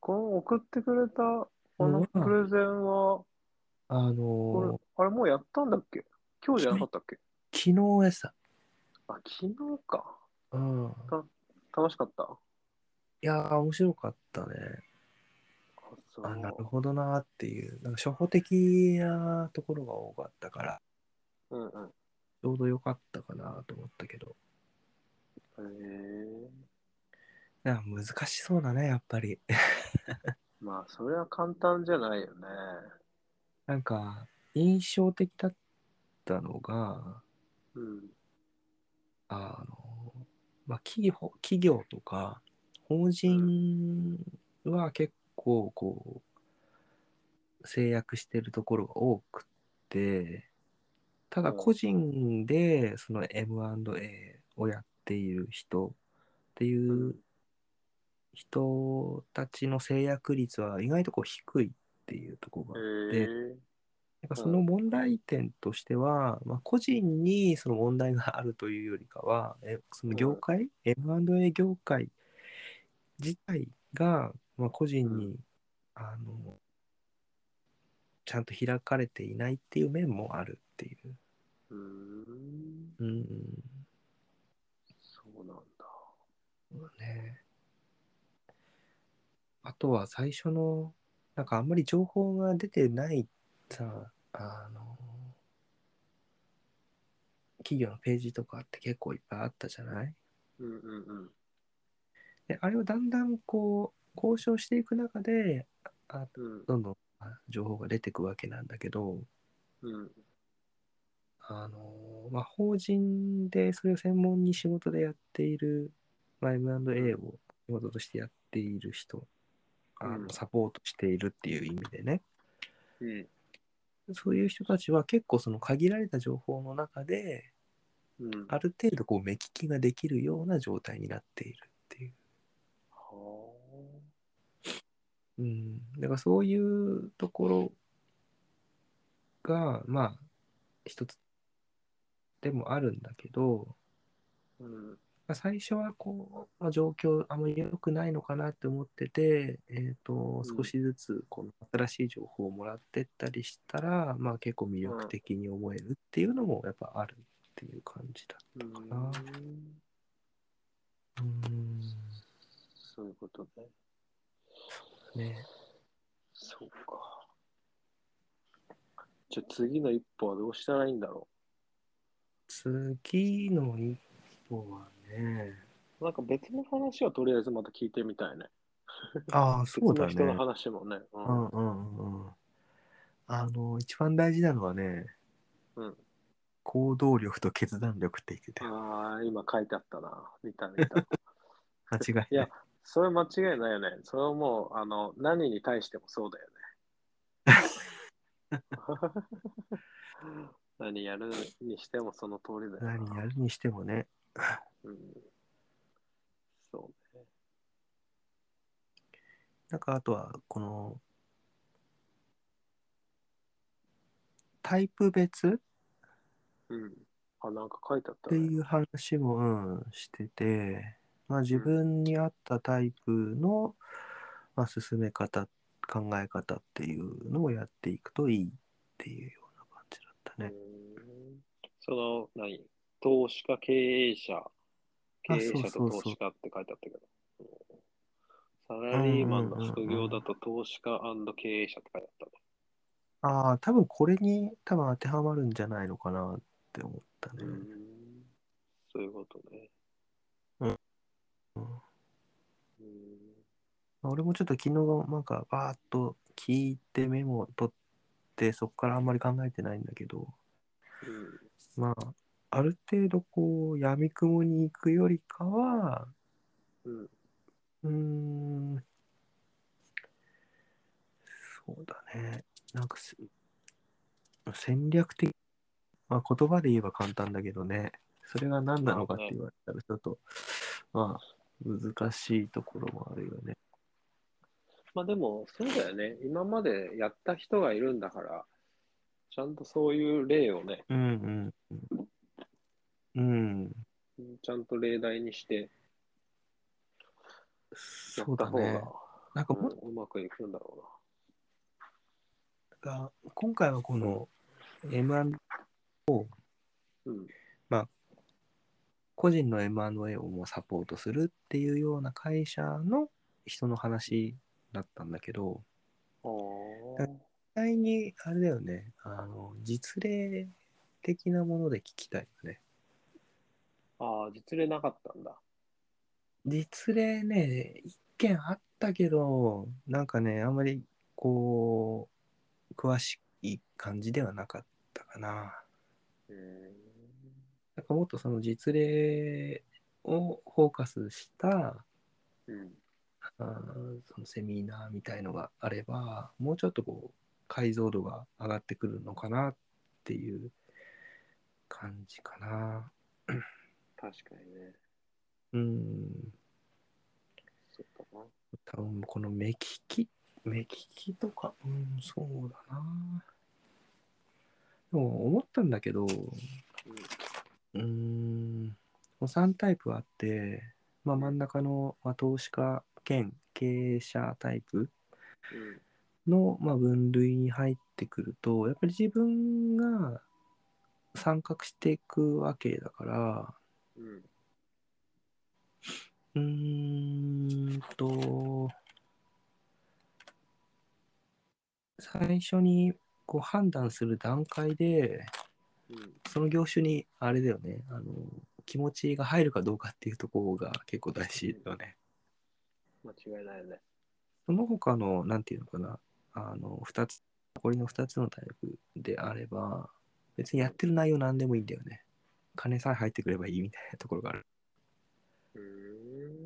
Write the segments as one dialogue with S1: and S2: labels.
S1: この送ってくれたこのプレゼンは、
S2: あ
S1: これ
S2: の
S1: あれもうやったんだっけ今日じゃなかったっけ
S2: ー、昨日やさ、
S1: あ、昨日か。
S2: うん。
S1: 楽しかった。あ、
S2: いやー、面白かったね。
S1: そう
S2: あ、なるほどなーっていう、なんか初歩的なところが多かったから、
S1: うんうん。
S2: ちょうど良かったかなと思ったけど、
S1: へえ
S2: なんか難しそうだね、やっぱり。
S1: まあ、それは簡単じゃないよね。
S2: なんか、印象的だったのが、
S1: うん。
S2: あの、まあ、企業企業とか法人は結構こう制約してるところが多くてただ
S1: うん
S2: 個人でその M&A をやっている人っていう人たちの制約率は意外とこう低いっていうところが
S1: へ
S2: で
S1: え
S2: なんかその問題点としては、まあ、個人にその問題があるというよりかは、 えその業界、M&A 業界自体が、まあ、個人に、
S1: う
S2: あのちゃんと開かれていないっていう面もあるっていう。
S1: うーん。
S2: うん
S1: そうなんだ。
S2: そうね、あとは最初のなんかあんまり情報が出てないさあの企業のページとかって結構いっぱいあったじゃない
S1: うんうん
S2: であれをだんだんこう交渉していく中であ
S1: うん。
S2: どんどんあ情報が出てくわけなんだけど
S1: うんうん。
S2: あの、まあ、法人でそれを専門に仕事でやっている、まあ、M&A を仕事としてやっている人あ
S1: うん
S2: のサポートしているっていう意味でね
S1: うん
S2: そういう人たちは結構その限られた情報の中で
S1: うん。
S2: ある程度こう目利きができるような状態になっているっていう。
S1: は
S2: うん、だからそういうところがまあ一つでもあるんだけど
S1: あ。うん。
S2: まあ最初はこう、まあ、状況あんまり良くないのかなって思ってて、えー、と
S1: うん
S2: 少しずつこの新しい情報をもらってったりしたら、まあ、結構魅力的に思えるっていうのもやっぱあるっていう感じだ。
S1: うーん。
S2: なうん
S1: そういうことね。
S2: ね、
S1: そうか。じゃあ次の一歩はどうしたらいいんだろ
S2: 次の一歩はね
S1: う。なんか別の話はとりあえずまた聞いてみたいね。
S2: ああそうだね。
S1: 別の人の話もね。う
S2: うんうんうんうん。あの、一番大事なのはね、
S1: うん
S2: 行動力と決断力って言ってたよ。
S1: ああ、今書いてあったな。見た見 た。
S2: 間違い
S1: い
S2: ない
S1: や。、それ間違いないよね。それはもう、あの、何に対してもそうだよ ね。何やるにしてもその通りだよ
S2: 何
S1: な。
S2: やるにしてもね。
S1: うん、そうね。
S2: なんかあとは、この、タイプ別っ
S1: うん。あ、なんか書いてあった
S2: て
S1: ね。
S2: いう話も、うん、してて、まあ自分に合ったタイプの、まあ、進め方、考え方っていうのをやっていくといいっていうような感じだった
S1: う
S2: ね。
S1: んその、何投資家、経営者、経営者
S2: そ
S1: と
S2: うそうそう
S1: 投資家って書いてあったけど。サラリーマンの副業だと投資家経営者って書いてあっ
S2: ああ、多分これに多分当てはまるんじゃないのかなって思った
S1: た
S2: ね
S1: ね。。うんそういうことね。
S2: うん
S1: うん
S2: 俺もちょっと昨日なんかバーッと聞いてメモを取ってそこからあんまり考えてないんだけど、まあ、ある程度こう闇雲に行くよりかは、
S1: うんうん
S2: うーん、そうだね。なんかせ戦略的、まあ、言葉で言えば簡単だけどね、それが何なのかって言われたらちょっと、まあ、難しいところもあるよね。
S1: まあでも、そうだよね。今までやった人がいるんだから、ちゃんとそういう例をね、
S2: うんうん。うん。
S1: ちゃんと例題にして
S2: そ
S1: やっ
S2: う
S1: た
S2: だ
S1: 方が
S2: ね。なんか
S1: う
S2: もっ
S1: んうまくいくんだろ
S2: と、今回はこの M&A
S1: うな。うん。
S2: 個人の M&A をもうサポートするっていうような会社の人の話だったんだけど、
S1: ああ。
S2: 実際にあれだよね、あの実例的なもので聞きたいよね。
S1: ああ、実例なかったんだ。
S2: 実例ね、一件あったけど、なんかね、あんまりこう、詳しい感じではなかったかな。
S1: うーん。
S2: なんかもっとその実例をフォーカスした
S1: うん。
S2: あーそのセミナーみたいのがあればもうちょっとこう解像度が上がってくるのかなっていう感じかな。
S1: 確かにね。
S2: うん
S1: そうだな。
S2: 多分この目利き目利きとかうんそうだな。でも思ったんだけどうーん、この3タイプあって、まあ、真ん中の、まあ、投資家兼経営者タイプ
S1: うん。
S2: の、まあ、分類に入ってくると、やっぱり自分が参画していくわけだから、
S1: うん。うん。
S2: うーんと、最初にこう判断する段階で、
S1: うん。
S2: その業種にあれだよねあの気持ちが入るかどうかっていうところが結構大事だよね。
S1: 間違いないね。
S2: その他のなんていうのかなあの2つ残りの2つのタイプであれば別にやってる内容何でもいいんだよね。金さえ入ってくればいいみたいなところがある。
S1: うーん。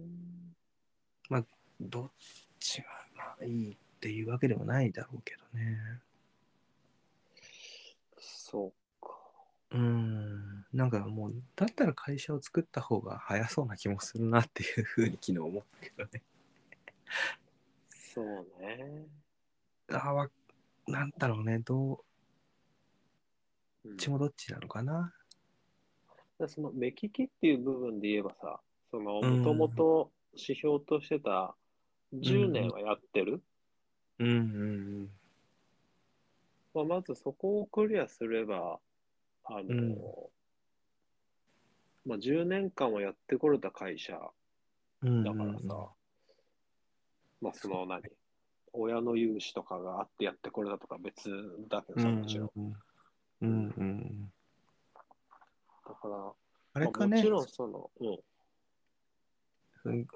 S2: どっちがまあいいっていうわけでもないだろうけどね。
S1: そうか。
S2: うーんなんかもうだったら会社を作った方が早そうな気もするなっていうふうに昨日思ったけどね。
S1: そうね。
S2: あわなんだろうねど
S1: う
S2: っ
S1: ん
S2: ちもどっちなのかな
S1: でその目利きっていう部分で言えばさ、その、
S2: うん
S1: もともと指標としてた10年はやってる、
S2: うんうん
S1: まあ、まずそこをクリアすれば、あの、
S2: うん
S1: まあ、10年間はやってこれた会社、
S2: うん
S1: だからさ、まあ、その何、親の融資とかがあってやってこれたとか別だけどさ、もちろん。
S2: うんうんうん
S1: だから、ま
S2: あ
S1: あ
S2: れかね
S1: もちろんその、うん、
S2: うん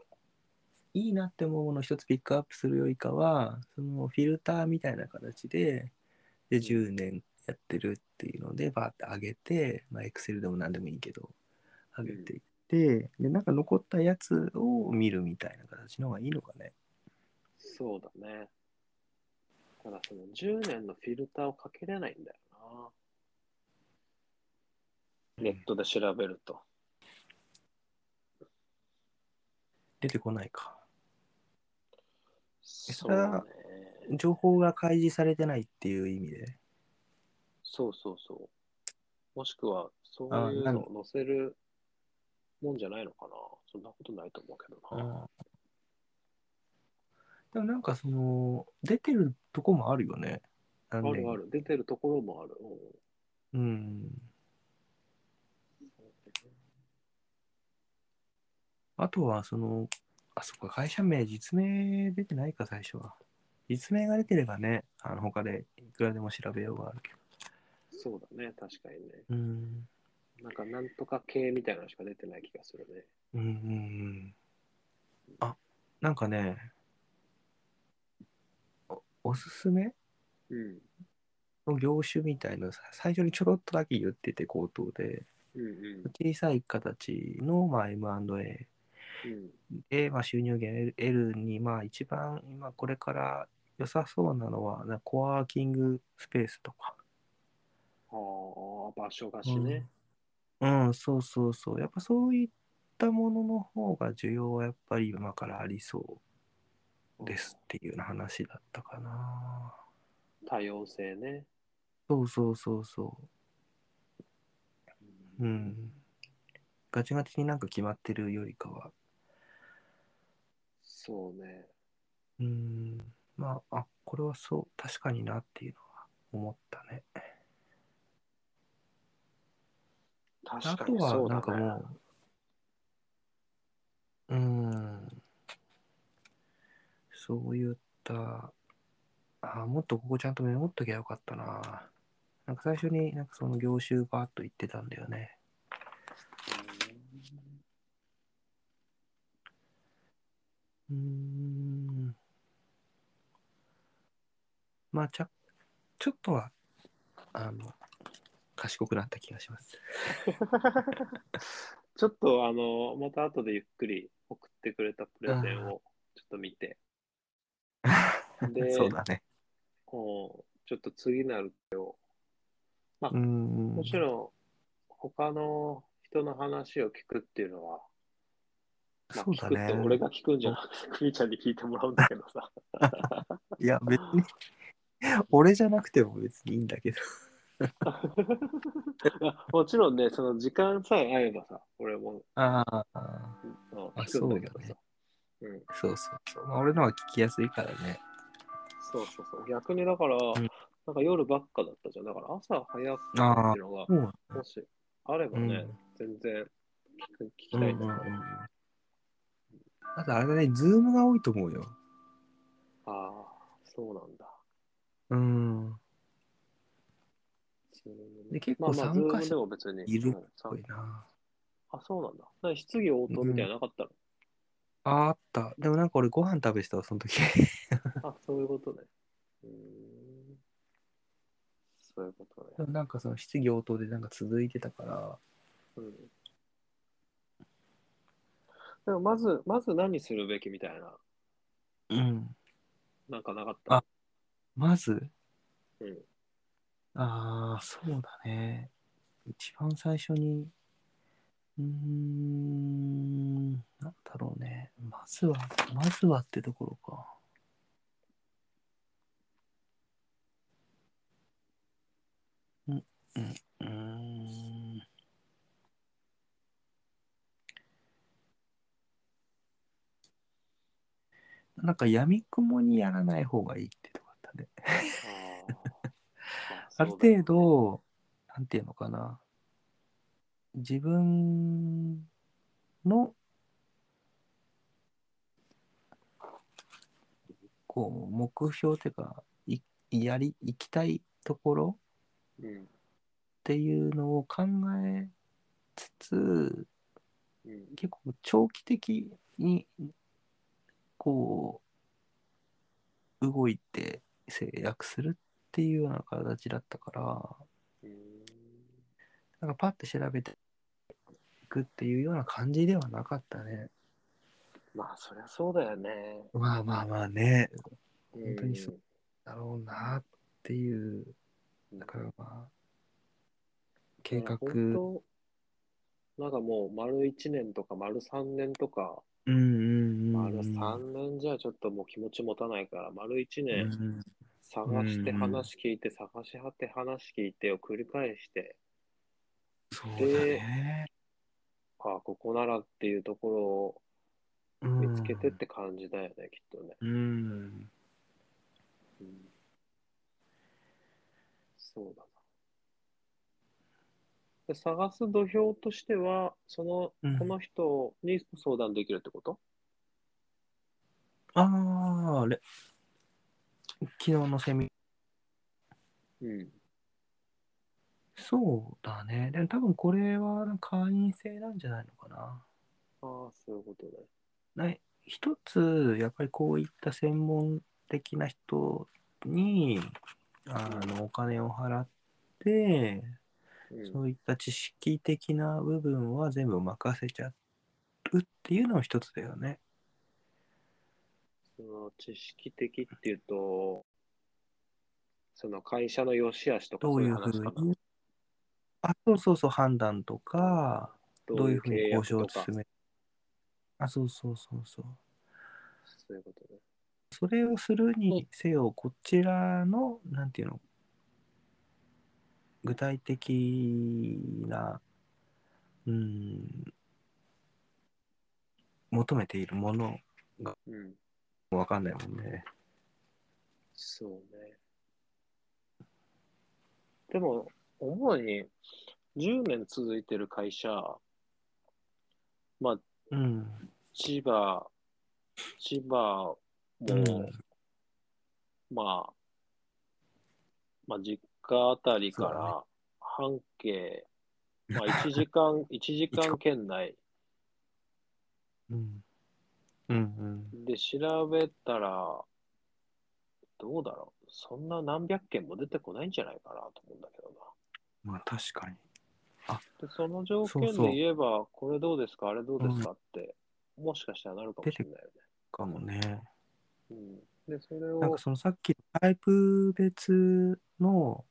S2: いいなって思うものを一つピックアップするよりかはそのフィルターみたいな形でで10年やってるっていうのでバーって上げてまあエクセルでも何でもいいけど上げていって、でなんか残ったやつを見るみたいな形の方がいいのかね
S1: そうだね。ただその10年のフィルターをかけれないんだよな。ネットで調べると。
S2: 出てこないか
S1: そ
S2: れ
S1: う
S2: は
S1: ね。
S2: 情報が開示されてないっていう意味で
S1: そうそうそう。もしくは、そ
S2: あ
S1: う
S2: ー
S1: いう
S2: な
S1: の
S2: る
S1: を載せるもんじゃないのかな。そんなことないと思うけどな。
S2: でもなんかその出てるとこもあるよね。あ
S1: あるある。出てるところもある。う
S2: うん。あとはそのあそっか会社名実名出てないか最初は。実名が出てればねあの他でいくらでも調べようがあるけ
S1: んそうだね。確かにね。
S2: ど。うん。
S1: なんか、なんとか系みたいなのしか出てない気がするね。
S2: うんうんうん。あなんかねおおすすめ
S1: うん。
S2: の業種みたいのさ最初にちょろっとだけ言ってて口頭で
S1: うんう
S2: 小さい形の、まあ、M&A
S1: ん。うん。
S2: で、まあ、収入源得るに、まあ、一番今これから良さそうなのは、なコワーキングスペースとか。
S1: ああ、場所貸しね。
S2: うん、そうそうそう。やっぱそういったものの方が需要はやっぱり今からありそうですっていうような話だったかな。
S1: 多様性ね。
S2: そうそうそうそう。うん。ガチガチになんか決まってるよりかは。
S1: そうね。
S2: うーん、まあ、あ、これはそう、確かになっていうのは思ったね。あ
S1: 確か
S2: と
S1: にそ
S2: は、
S1: うだ
S2: なん
S1: ね。
S2: かもう、うーん、そういった、あ、もっとここちゃんとメモっときゃよかったな。なんか最初になんかその業種バーっと言ってたんだよね。うーん。まあ、ちゃ、ちょっとは、あの、賢くなった気がします。
S1: ちょっとあの、また後でゆっくり送ってくれたプレゼンをちょっと見 て、で
S2: そうだね。
S1: こうちょっと次なる手を、
S2: うーん。
S1: もちろん他の人の話を聞くっていうのは、まあ
S2: そうだね
S1: 聞くって俺が聞くんじゃなくて、クリちゃんに聞いてもらうんだけど さ。
S2: いや、別に、 俺じゃなくても別にいいんだけど。
S1: もちろんね、その時間さえ合えばさ、俺も
S2: ああ、
S1: うん
S2: あ
S1: 聞くんだけど
S2: そ
S1: さ。うん、
S2: そうそうそう。まあ、俺のは聞きやすいからね。
S1: そうそうそう。逆にだから、
S2: ん
S1: なんか夜ばっかだったじゃん。だから朝早くって
S2: あ
S1: いうのが、
S2: うん。
S1: もしあればね、全然聞く聞き
S2: うん
S1: た
S2: う
S1: い
S2: ん
S1: な、
S2: うん。あとあれだね、ズームが多いと思うよ。
S1: ああ、そうなんだ。
S2: うん。で結構
S1: まあまあ
S2: 参加者
S1: Zoom でも別に
S2: いる
S1: うん参
S2: 多いな。
S1: あ、そうなんだ。なんか質疑応答みたいなのなかったの、
S2: ああった。でもなんか俺ご飯食べてたわ、その時。
S1: あ、そういうことね。うーん。そういうことね。
S2: なんかその質疑応答でなんか続いてたから。
S1: うん。でもまず、まず何するべきみたいな、
S2: うん。
S1: なんかなかった。
S2: あまず、
S1: うん。
S2: ああ、そうだね。一番最初に、うーん、なんだろうね。まずは、まずはってところか。うん、うん、うーん。なんか闇雲にやらない方がいいってとこだったね。ある程
S1: 度。
S2: 度、なんていうのかな、自分の、こう、目標っていうか、いやり、行きたいところ
S1: うん。
S2: っていうのを考えつつ、
S1: うん。
S2: 結構長期的に、こう、動いて制約するっていうような形だったから、
S1: うん
S2: なんかパッと調べていくっていうような感じではなかったね。
S1: まあ、そりゃそうだよね。
S2: まあまあまあね、
S1: 本
S2: 当にそう。だろうなっていう、
S1: うん
S2: だからまあ、計画、
S1: 本当なんかもう丸1年とか丸3年とか、
S2: うんうんうん
S1: 丸3年じゃちょっともう気持ち持たないから、丸1
S2: う
S1: 年
S2: ん
S1: 探して
S2: うん
S1: 話聞いて、探し果て話聞いてを繰り返して、
S2: そうだね。
S1: ああ、ここならっていうとこ
S2: う
S1: ろを
S2: ん
S1: 見つけてって感じだよね、きっとね。
S2: うん。
S1: うんそうだな。で探す土俵としては、その、
S2: うん
S1: この人に相談できるってこと、
S2: ああ、れ、昨日のセミ、
S1: うん。
S2: そうだね。でも多分これは会員制なんじゃないのかな。
S1: ああ、そういうことね。
S2: ね、一つやっぱりこういった専門的な人にあのお金を払って
S1: うん
S2: そういった知識的な部分は全部任せちゃうっていうのも一つだよね。
S1: その知識的っていうと、その会社の良し悪しとか
S2: ど
S1: そう
S2: う
S1: い
S2: いううふ
S1: 話かな。
S2: うにあそうそうそう判断とかどういうふうに交渉
S1: 契
S2: を
S1: 約とか
S2: 進めあそうそうそうそう
S1: そういうことね。
S2: それをするにせよ、こちらの、なんていうの、具体的な、うん、求めているもの
S1: うん。
S2: もわかんないもんね。
S1: そうね。でも、主に10年続いてる会社、まあ、
S2: うん。
S1: 千葉、千葉も、
S2: うん
S1: まあ、まあ、実家あたりか
S2: そうだ
S1: ら、半径、まあ、1時 間、一時間圏内
S2: うん。うん
S1: で調べたら、どうだろう。そんな何百件も出てこないんじゃないかなと思うんだけど
S2: うん。まあ確かに。
S1: な。で、その条件
S2: そうそう
S1: で言えば、これどうですか、あれどうですかって、もしかしたらなるかもしれないよ
S2: かもね。
S1: ね。うん、で、それ
S2: なん
S1: を
S2: か、そのさっきのタイプ別の、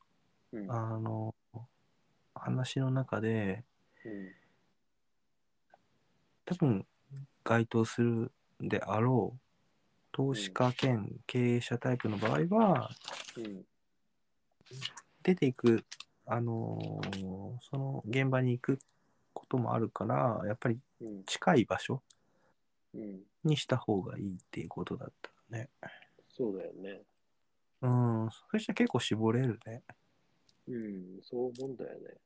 S1: うん、
S2: あの、話の中で、
S1: うん
S2: 多分該当するであろう投資家兼経営者タイプの場合は、
S1: うん、
S2: 出ていく、あのーその現場に行くこともあるから、やっぱり
S1: うん、
S2: 近い場所
S1: うん、
S2: にした方がいいっていうことだったね。
S1: そうだよね。
S2: うん、そしたら結構絞れるね。
S1: うん、そう思うんだよね。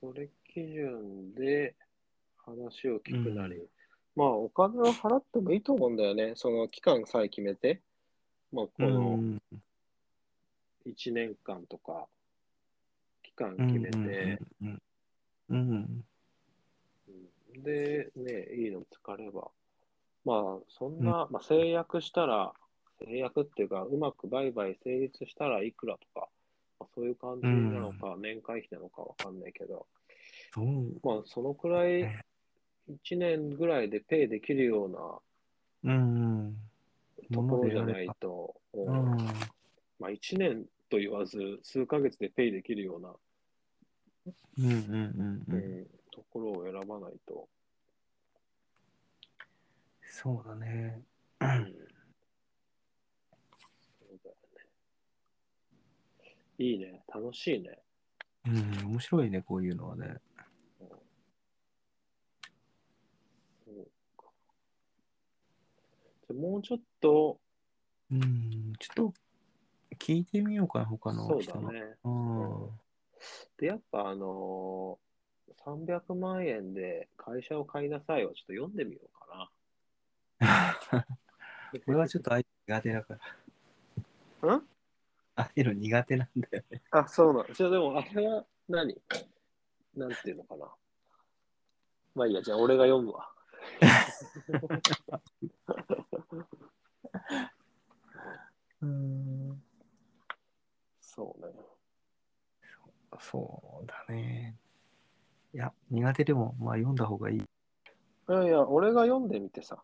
S1: それ基準で話を聞くなり、
S2: う
S1: まあお金を払ってもいいと思うんだよね。その期間さえ決めて、まあこ
S2: う
S1: の
S2: ん
S1: 1年間とか、期間
S2: うん
S1: 決めて、
S2: うんうんうん
S1: うんで、ね、いいの見つかれば。まあ、そんな、まあ、制約したら、制約っていうか、うまく売買成立したらいくらとか、まあ、そういう感じなのか、年会費なのかわかんないけど、
S2: そう
S1: まあ、そのくらい、
S2: ね
S1: 1年ぐらいでペイできるような
S2: うん
S1: ところじゃないと、
S2: う
S1: うん
S2: ん
S1: まあ、1年と言わず、数ヶ月でペイできるような、
S2: うんうんうんう
S1: うんんところを選ばないと、
S2: そうだね。
S1: うんそうだよね。いいね。楽しいね。
S2: うん、面白いね、こういうのはね。
S1: そうかじゃあもうちょっと、
S2: うん、ちょっと聞いてみようかな、他の
S1: そう
S2: 人
S1: だ
S2: の。
S1: ね。
S2: うん
S1: で、やっぱあのー、300万円で会社を買いなさいはちょっと読んでみようかな。
S2: 俺はちょっとああいうの苦手だから。
S1: ん
S2: ああいうの苦手なんだよね。
S1: あ、そうなん。じゃあでもあれは何なんていうのかな。まあいいや、じゃあ俺が読むわ。
S2: うん。
S1: そうね。
S2: そうだね。いや、苦手でも、まあ読んだ方がいい。
S1: いやいや、俺が読んでみてさ。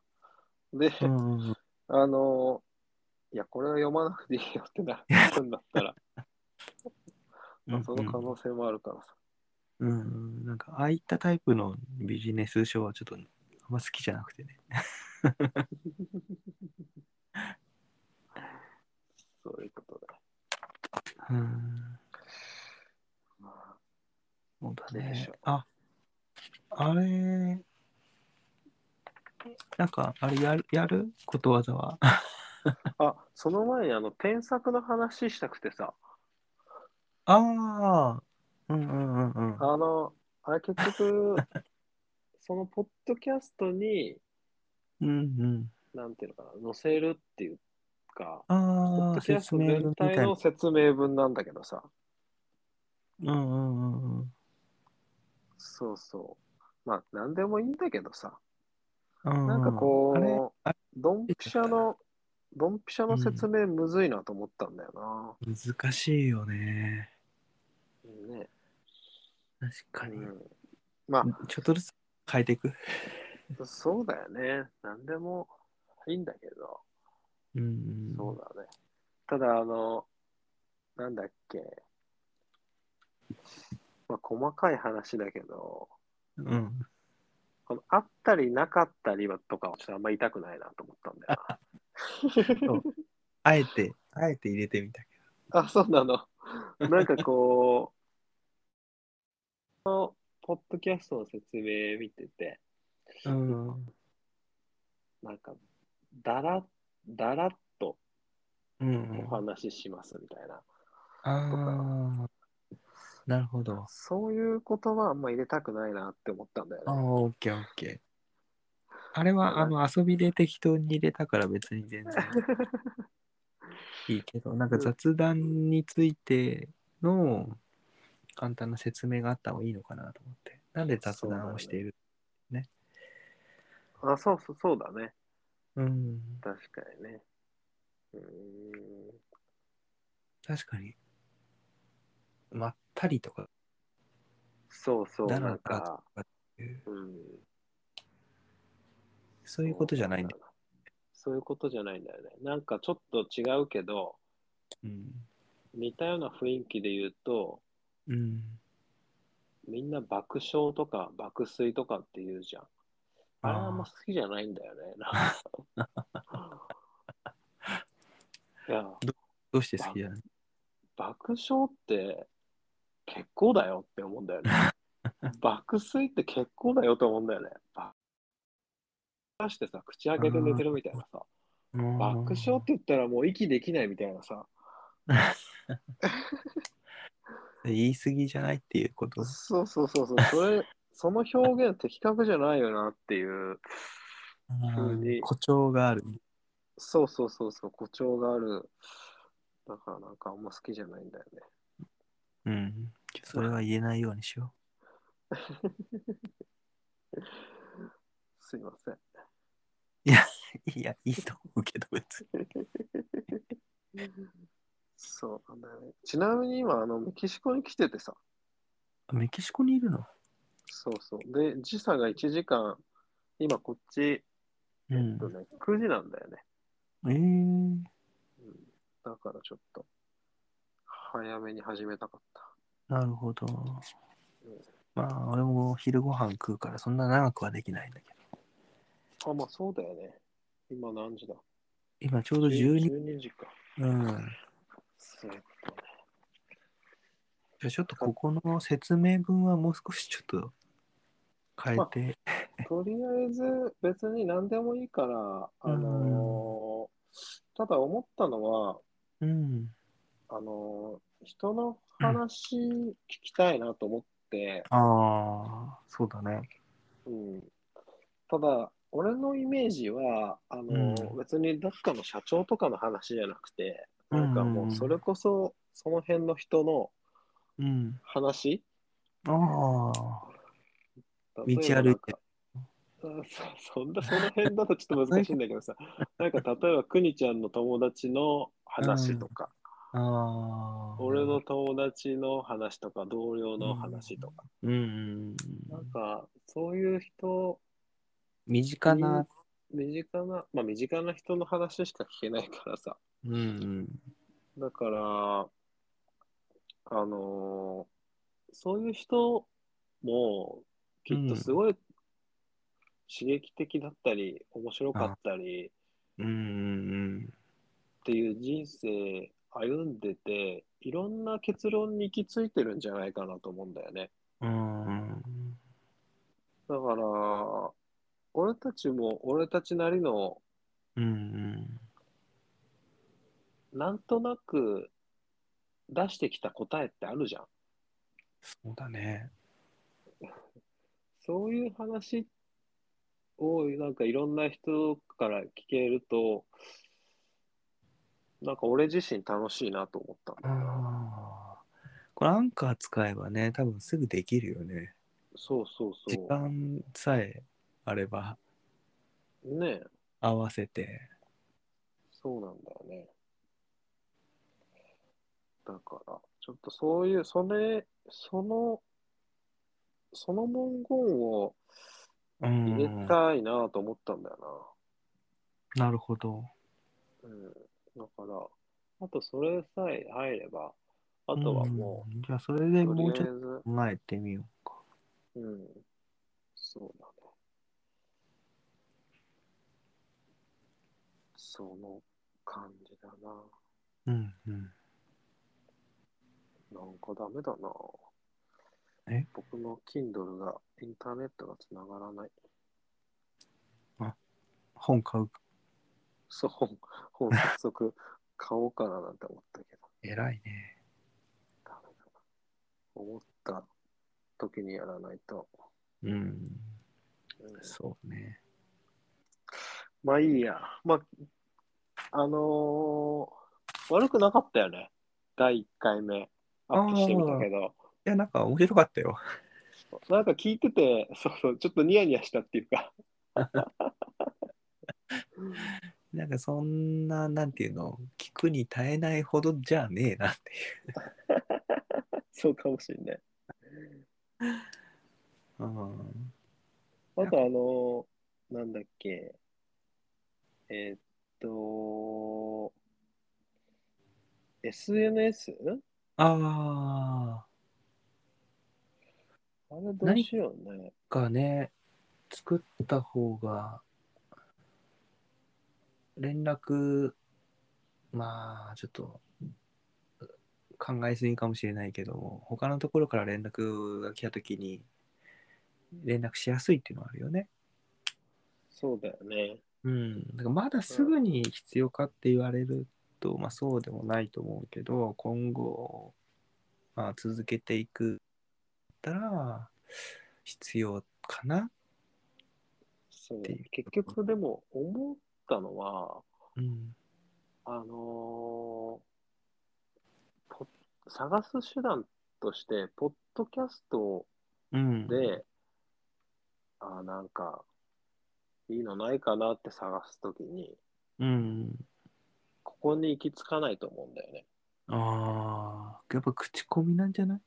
S1: で、
S2: うんうんうん。
S1: あのーいや、これは読まなくていいよって なるんだったら、まあその可能性もあるからさ。
S2: うんうん、なんか、ああいったタイプのビジネス書はちょっと、あんま好きじゃなくてね。
S1: そういうことで。
S2: うん。
S1: まあ
S2: そうだ
S1: どうでし
S2: ね
S1: ょう。
S2: あ、あれ、なんか、あれやる、やることわざは。
S1: あ、その前にあの、添削の話したくてさ、
S2: ああ、うんうんうんうん。
S1: あの、あれ結 局、そのポッドキャストに、
S2: うん
S1: なんていうのかな、載せるっていうか、
S2: う
S1: ポッ
S2: ん。あ
S1: ド
S2: あ、
S1: キャス
S2: 説
S1: ト
S2: 明文
S1: 全
S2: みた
S1: 体
S2: い
S1: の
S2: な。
S1: 説明文なんだけどさ、
S2: うんうんうんうん。
S1: そうそう。まあ、なんでもいいんだけどさ、
S2: うん
S1: なんか
S2: あれ
S1: こう
S2: あれ、
S1: ドンピシャの、ドンピシャの説明むずいなと思ったんだよな。
S2: 難しいよね。
S1: ね。
S2: 確か
S1: う
S2: に。
S1: ん、まあ、
S2: ちょっとずつ変えていく。
S1: そうだよね。なんでもいいんだけど。
S2: うんうん。
S1: そうだね。ただ、あの、なんだっけ。まあ、細かい話だけど、
S2: うん。
S1: このあったりなかったりはとかはちょっとあんまり痛くないなと思ったんだよ
S2: あえて、あえて入れてみたけ
S1: な。 あ、そうなの。なんかこう、このポッドキャストの説明見てて、
S2: うん。
S1: なんか、だら、だらっと
S2: うん
S1: お。話ししますみたいな。
S2: ああ。なるほど。
S1: そういう言葉あんま入れたくないなって思ったんだよ
S2: ああ、
S1: ね。
S2: オッケーオッケー。あれは、あの、遊びで適当に入れたから別に全然いいけど、なんか雑談についての簡単な説明があった方がいいのかなと思って。なんで雑談をしている
S1: あ、そうそう、そうだね。
S2: うん。
S1: 確かにね。うーん。
S2: 確かに。まったりとか
S1: そうそう、
S2: だら
S1: なんか、
S2: っていう、
S1: うん。
S2: そういうことじゃないんだ。
S1: そういうことじゃないんだよね。なんかちょっと違うけど、
S2: うん。
S1: 似たような雰囲気で言うと、
S2: うん。
S1: みんな爆笑とか爆睡とかって言うじゃん。あれはあんま好きじゃないんだよね。なんか いや、
S2: どうして好きじゃない
S1: 爆笑って結構だよって思うんだ よね。爆睡って結構だよと思うんだよね。ば出してさ、口開けて寝てるみたいなさ、爆笑って言ったらもう息できないみたいなさ、
S2: 言い過ぎじゃないっていうこと。
S1: そうそうそうそう、それ、その表現的確じゃないよなっていう、
S2: う
S1: 普通
S2: ん
S1: に
S2: 誇張がある。
S1: そうそうそうそう、誇張がある。だからなんかあんま好きじゃないんだよね。
S2: うん。それは言えないようにしよ
S1: すいません。
S2: う。 いや、いいと思うけど、別に。
S1: そうなんだよね。ちなみに今、あの、メキシコに来ててさ、
S2: あメキシコにいるの
S1: そうそう。で、時差が1時間、今こっち、
S2: う
S1: え
S2: ん
S1: っと。ね、9時なんだよね。
S2: えー、
S1: だからちょっと、早めに始めたかった。
S2: なるほど。まあ、俺も昼ご飯食うから、そんな長くはできないんだけど。
S1: あ、まあそうだよね。今何時だ
S2: 今ちょうど12、
S1: 12時か。
S2: うん。
S1: そういうことね。
S2: じゃあちょっとここの説明文はもう少しちょっと変えて。
S1: とりあえず別に何でもいいから、あのーただ思ったのは、
S2: うん。
S1: あのー人の話聞きたいなと思って、
S2: ああ、そうだね。
S1: うんただ、俺のイメージは、あのー
S2: うん
S1: 別にどっかの社長とかの話じゃなくて、なんかもうそれこそその辺の人の
S2: うん。
S1: 話
S2: ああ。
S1: 道
S2: 歩いてる
S1: そ そんなその辺だとちょっと難しいんだけど さなんか例えばくにちゃんの友達の話とか、
S2: ああ。
S1: 俺の友達の話とか同僚の話とか、
S2: うんうんう
S1: なん
S2: ん。
S1: かそういう人
S2: 身近な。
S1: 身近なまあ身近な人の話しか聞けないからさ
S2: うんうん。
S1: だからあのーそういう人もきっとすごい刺激的だったり、面白かったり、
S2: うんうん
S1: っていう人生歩んでていろんな結論に行き着いてるんじゃないかなと思うんだよね
S2: うん。うん。
S1: だから俺たちも俺たちなりの
S2: うん
S1: なんとなく出してきた答えってあるじゃん
S2: そうだね。
S1: そういう話をなんかいろんな人から聞けるとなんか俺自身楽しいなと思ったんだよな
S2: ああ。これアンカー使えばね、多分すぐできるよね。
S1: そうそう
S2: 時
S1: そ
S2: 間さえあれば
S1: うねえ
S2: 合わせて。
S1: そうなんだよね。だから、ちょっとそういう、それ、その、その文言を
S2: うん
S1: 入れたいなと思ったんだよ
S2: なるほど。
S1: な。うん。だから、あとそれさえ入れば、あとはも
S2: うん。じゃあそれ
S1: う、
S2: で
S1: とり
S2: もう
S1: あ
S2: ちょっと
S1: え
S2: 考えてみようか。
S1: ず、うん。そうだね。その感じだな。
S2: うんうん。
S1: なんかダメだな。
S2: え
S1: 僕の Kindle がインターネットがつながらない。
S2: 本買う。
S1: そう、本、本早速買おうかななんて思ったけど、
S2: 偉いね。
S1: ダメだな。思った時にやらないと。
S2: うん。
S1: うん
S2: そうね。
S1: まあいいや。まあ、あのー悪くなかったよね。第1回目。アップしてみたけど。
S2: いや、なんか面白かったよ。
S1: なんか聞いてて、そうそう、ちょっとニヤニヤしたっていうか。
S2: なんかそんな、なんていうの、聞くに耐えないほどじゃねえなっていう。
S1: そうかもしんない。
S2: うん。
S1: あとあのーなんだっけ。えーっと、SNS? ん
S2: ああ、
S1: あれどうしようね。
S2: がね、作った方が、連絡、まあ、ちょっと、考えすぎかもしれないけども、他のところから連絡が来たときに、連絡しやすいっていうのはあるよね。
S1: そうだよね。
S2: うん、だからまだすぐに必要かって言われると、まあ、そうでもないと思うけど今後、まあ、続けていくだったら必要かな、
S1: そう
S2: っていう
S1: 結局でも思ったのは、
S2: うん、
S1: あのーポ探す手段として、ポッドキャスト
S2: うん
S1: で、あーなんか、いいのないかなって探すときに、
S2: うん
S1: ここに行き着かないと思うんだよね。
S2: ああやっぱ口コミなんじゃない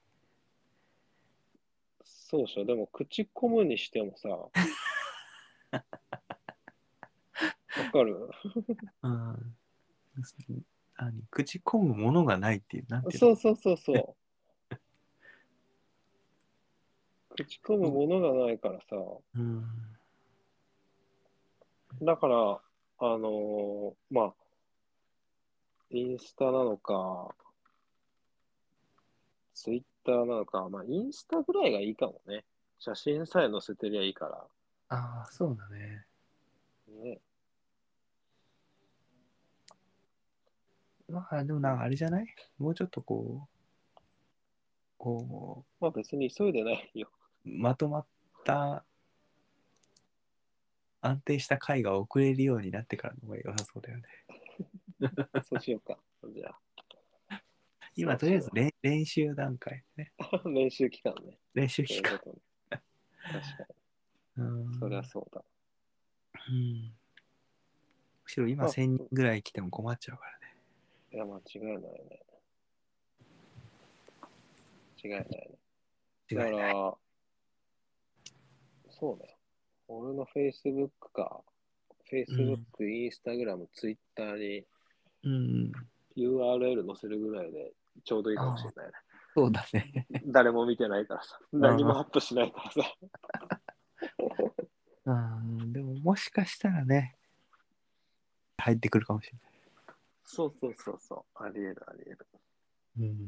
S1: そうでしょ、でも、口コむにして もさ、わかる
S2: うん何口コむものがないっていうなんていう
S1: そ
S2: の
S1: うそうそう そう。口コむものがないからさ、
S2: うん
S1: だから、あのーまあ、インスタなのか、ツイッターなのか、まあ、インスタぐらいがいいかもね。写真さえ載せてりゃいいから。
S2: ああそうだね
S1: ね、
S2: まあでもなんかあれじゃないもうちょっとこうこう
S1: まあ、別に急いでない よ。
S2: まとまった安定した回が遅れるようになってからの方が良さそうだよね。
S1: そうしようか。じゃ
S2: 今とりあえず練練習段階ね。
S1: あ、練習期間ね。
S2: 練習
S1: そうい
S2: 期
S1: う
S2: 間。
S1: ことね。確か
S2: うん
S1: に、そりゃそうだ。
S2: うん。むしろ今
S1: あ
S2: 1000人ぐらい来ても困っちゃうからね。
S1: いや、間違いないね。違いないね。だか
S2: 違いな
S1: ら、
S2: い。
S1: そうだよ。俺の Facebook か、Facebook、Instagram、Twitter に
S2: うん。
S1: URL 載せるぐらいでちょうどいいかもしれないね。
S2: そうだね。
S1: 誰も見てないからさ。
S2: ん
S1: 何もアップしないからさ。
S2: うん。でももしかしたらね、入ってくるかもしれ
S1: そうそうそうそう。ありえるありえる。
S2: ない。うん。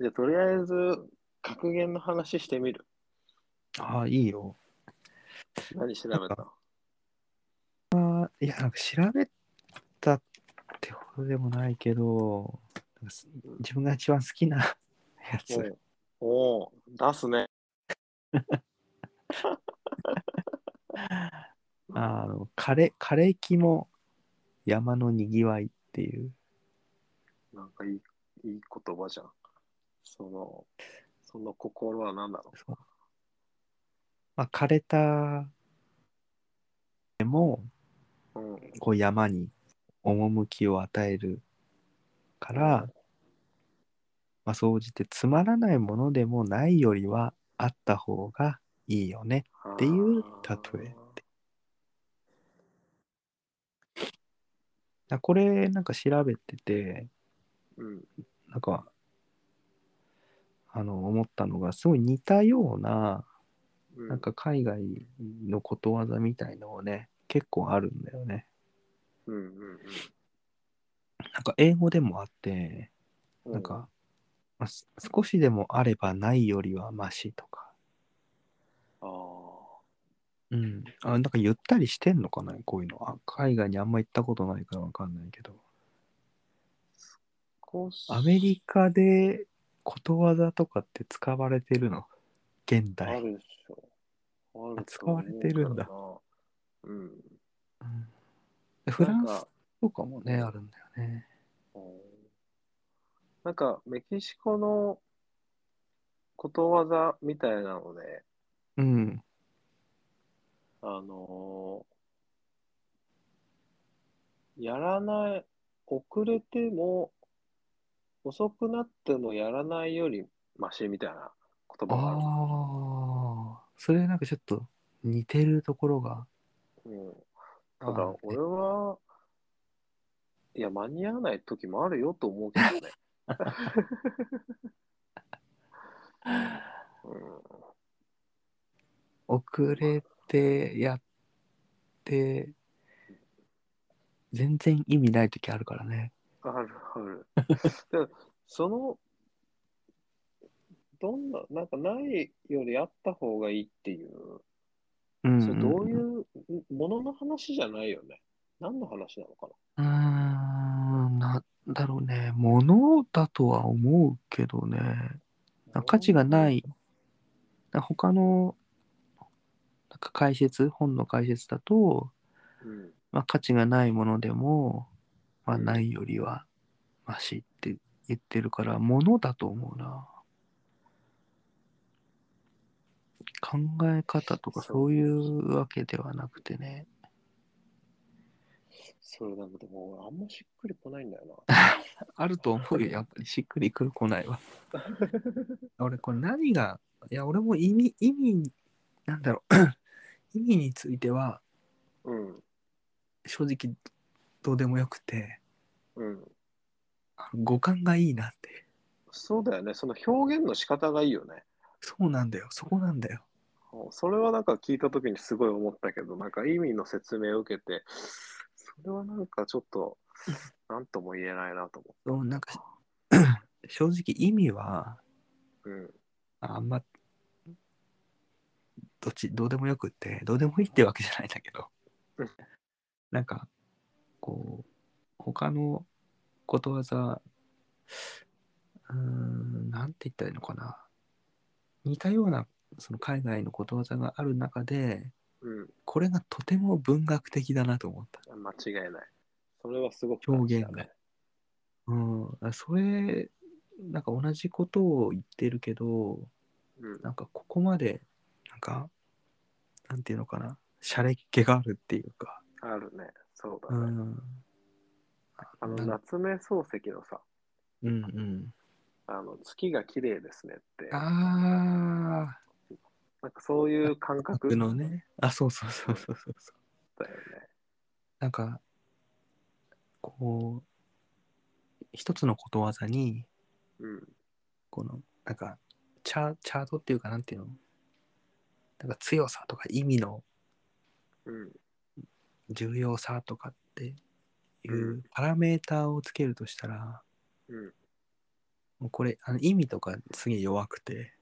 S1: じゃあ、とりあえず、格言の話してみる。
S2: ああ、いいよ。
S1: 何調べた
S2: いや、なんか調べたってほどでもないけど、なんかす自分が一番好きな やつ、
S1: おおー出すね。
S2: あの枯れ枯れ木も山のにぎわいっていう、
S1: なんかいいいい言葉じゃん。その、その心は何だろ
S2: そうまあ、枯れたでも
S1: う。うん。
S2: こう山に趣を与えるから、まあ、総じてつまらないものでもないよりはあった方がいいよねっていう例えだこれなんか調べてて
S1: うん。
S2: なんかあの思ったのがすごい似たような
S1: うん、
S2: なんか海外のことわざみたいのをね結構あるんだよね
S1: うんうん
S2: なんか英語でもあって
S1: うん。
S2: なんか、まあ、す少しでもあればないよりはマシとか
S1: ああ。
S2: うん。あ、なんかゆったりしてんのかな、こういうのは。海外にあんま行ったことないからわかんないけど。
S1: こうし
S2: アメリカでことわざとかって使われてるの現
S1: あ
S2: 代。
S1: るでしょ。あると思う
S2: 使われてるんだ
S1: けどな。うん。
S2: うんフラン
S1: なん
S2: ス
S1: か
S2: とかもね、あるんだよね。
S1: うんなんかメキシコのことわざみたいなので、
S2: うん。
S1: あのーやらない、遅れても、遅くなってもやらないよりマシみたいな言葉がある。
S2: ああ、それなんかちょっと似てるところが。
S1: うん、た
S2: あ
S1: だ
S2: ー、
S1: 俺は、いや、間に合わない時もあるよと思うけどね。うん、
S2: 遅れてやって、全然意味ない時あるからね。
S1: あるある。でもその、どんな、なんかないよりあった方がいいっていう、
S2: うん
S1: それどう
S2: う
S1: い
S2: ん
S1: うものの話じゃないよね。何の話なのか
S2: うーん、なんだろうね。物だとは思うけどね。
S1: な。
S2: 価値がない。他のなんか解説、本の解説だと、
S1: うん。
S2: まあ、価値がないものでも、まあ、
S1: うん
S2: ないよりはマシって言ってるから、物だと思うな。考え方とか
S1: そう
S2: そういうわけではなくてね。
S1: それなんかでも俺あんましっくりこないんだよ な。
S2: あると思うよ、やっぱりしっくりくるこない わ。俺、これ何が、いや、俺も意味、意味、なんだろう、意 味については、
S1: うん。
S2: 正直、どうでもよくて、
S1: うん。
S2: あの五感がいいなって。
S1: そうだよね。その表現の仕方がいいよね。
S2: そうなんだよ、そこなんだよ。
S1: それはなんか聞いた時にすごい思ったけど、なんか意味の説明を受けて、それはなんかちょっと、なんとも言えないなと思
S2: そうなんか、 正直意味は、
S1: う。うん。
S2: あんま、どっち、どうでもよくって、どうでもいいってわけじゃないんだけど
S1: うん、
S2: なんか、こう、他のことわざ、うーん、なんて言ったらいいのかな。似たような、その海外のことわざがある中で、
S1: うん。
S2: これがとても文学的だなと思った。
S1: 間違いない。それはすごく感じたね。
S2: うん、あそれ、なんか同じことを言ってるけど、
S1: うん。
S2: なんかここまで、なんか、なんていうのかな、洒落っ気があるっていうか、
S1: あるね。そうだ
S2: う
S1: ね。
S2: ん。
S1: あの、
S2: な
S1: 夏目漱石のさ、
S2: うんうん。
S1: あの、月が綺麗ですねって、
S2: あ
S1: なんかそういう感
S2: あ、
S1: 覚
S2: 僕のね、あ、そうそうそうそうそうそう。
S1: だよね。
S2: なんか、こう、一つのことわざに、
S1: うん。
S2: この、なんか、チャチャートっていうか、なんていうのなんか強さとか意味の
S1: うん。
S2: 重要さとかってい
S1: うん
S2: うパラメーターをつけるとしたら、
S1: うん。
S2: もうこれあの意味とかすげえ弱くて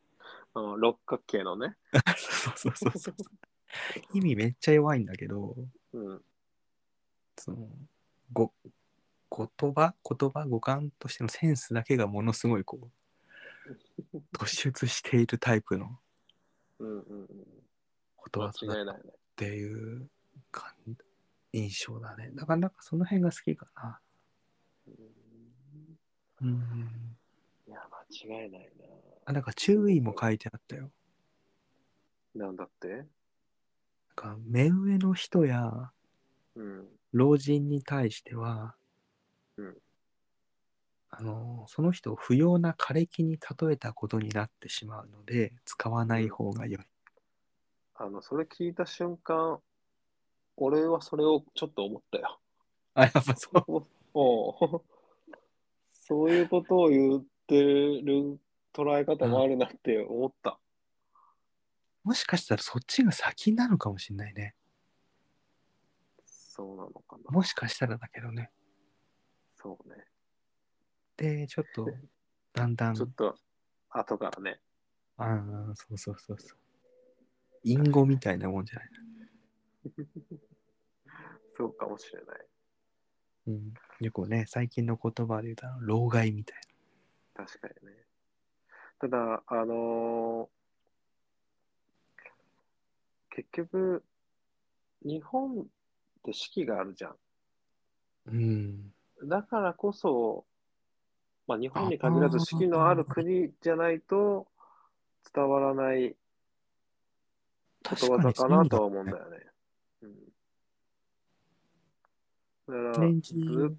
S1: あの、六角形のね。
S2: そうそうそうそう意味めっちゃ弱いんだけど
S1: うん。
S2: そのご言葉言葉語感としてのセンスだけがものすごいこう突出しているタイプの
S1: うんうんうん。
S2: 言葉
S1: 間違いな
S2: だっ
S1: いね。
S2: ていう感印象だねだからなんかその辺が好きかな
S1: うん
S2: うん
S1: いや、間違いない
S2: あなんか注意も書いてあったよ
S1: な。なんだって
S2: なんか目上の人や
S1: うん。
S2: 老人に対しては、
S1: うん
S2: あのその人を不要な枯れ木に例えたことになってしまうので使わない方が良い。
S1: あの、それ聞いた瞬間、俺はそれをちょっと思ったよ。
S2: あやっぱそう。
S1: おう そういうことを言ってる捉え方もあるなって思った。
S2: もしかしたらそっちが先なのかもしれないね。
S1: そうなのかな。
S2: もしかしたらだけどね。
S1: そうね。
S2: でちょっとだんだん
S1: ちょっと、後からね。
S2: あーそうそうそうそう。隠語みたいなもんじゃない。
S1: そうかもしれない。
S2: うん、よくね、最近の言葉で言うと、あの老害みたい
S1: 確かにね。ただ、あのー結局、日本って四季があるじゃん。
S2: な。うん。
S1: だからこそ、まあ、日本に限らず四季のある国じゃないと伝わらないことわざかなとは思うんだよね。うん、だから、
S2: 年中
S1: ず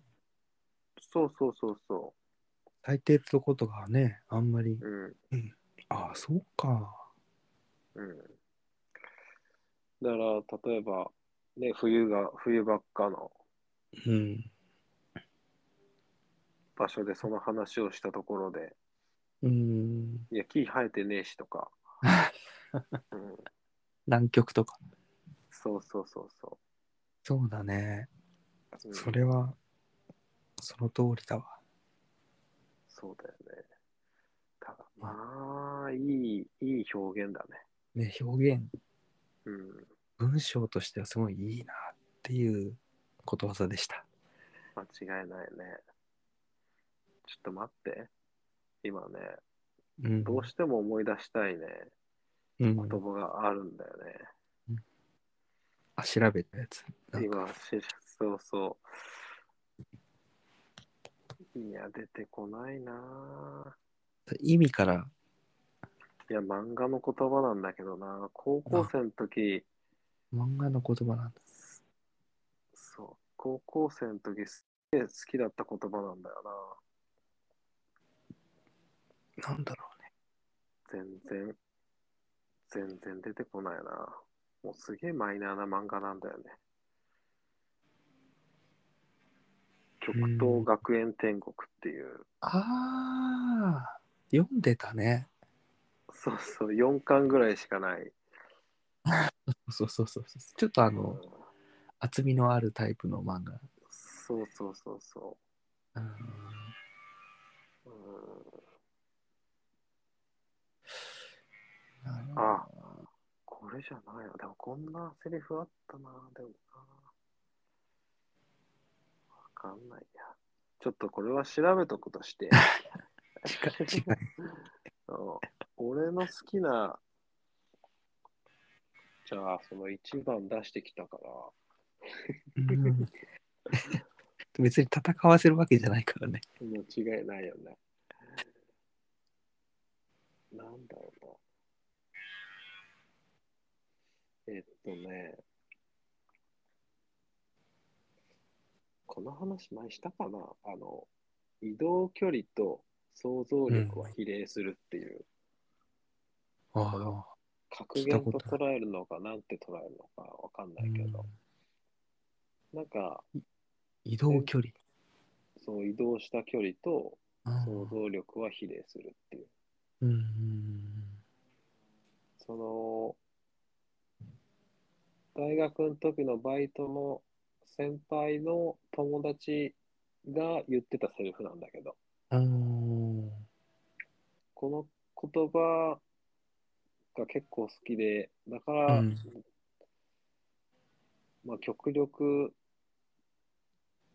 S1: そうそうそうそ
S2: 大抵のことがね、あんまり、
S1: う。うん
S2: ああ、そうか。
S1: うんだから、例えば、ね、冬が、冬ばっかの
S2: うん。
S1: 場所でその話をしたところで、
S2: うん。
S1: いや、木生えてねえしと か、うん、
S2: 南極とか。
S1: そうそうそうそ
S2: そうだね。
S1: う。うん
S2: それは、その通りだわ。
S1: そうだよね。ただ、まあ、いい、いい表現だね。
S2: ね、表現、
S1: うん、
S2: 文章としてはすごいいいなっていうことわざでした。
S1: 間違いないね。ちょっと待って。今ね、
S2: うん。
S1: どうしても思い出したいね、
S2: うん
S1: 言葉があるんだよね。
S2: あ、調べたやつ。なんか
S1: 今、しそうそう。いや、出てこないなぁ
S2: 意味から、
S1: いや、漫画の言葉なんだけどな高校生の時、
S2: 漫画の言葉なんだ。
S1: そう、高校生の時、すげえ好きだった言葉なんだよな
S2: なんだろ
S1: 全然、全然出てこないなもうすげえマイナーな漫画なんだよね。極東学園天国っていう、
S2: う。ああ、読んでたね。
S1: そうそう、4巻ぐらいしかない。
S2: そうそうそうそう。ちょっとあの、
S1: うん
S2: 厚みのあるタイプの漫画。
S1: そうそうそうそう。うんあ、これじゃないよ。でもこんなセリフあったな。でもな。わかんないや。ちょっとこれは調べとくとして。
S2: 違う。
S1: うん俺の好きな、じゃあその1番出してきたから、
S2: うん別に戦わせるわけじゃないからね。
S1: 間違いないよね。なんだろうな。えっとね。この話前したかなあの、移動距離と想像力は比例するっていう、
S2: あ
S1: 格言
S2: 聞い
S1: と
S2: たこと
S1: 捉えるのか、なんて捉えるのかわかん
S2: あ
S1: ないけど、なんか、
S2: 移動距離。
S1: その移動した距離と想像力は比例するっていう。
S2: うん。
S1: その、大学の時のバイトの先輩の友達が言ってたセリフなんだけど、
S2: うん。
S1: この言葉が結構好きで、だか
S2: う
S1: ら、
S2: ん
S1: まあ、極力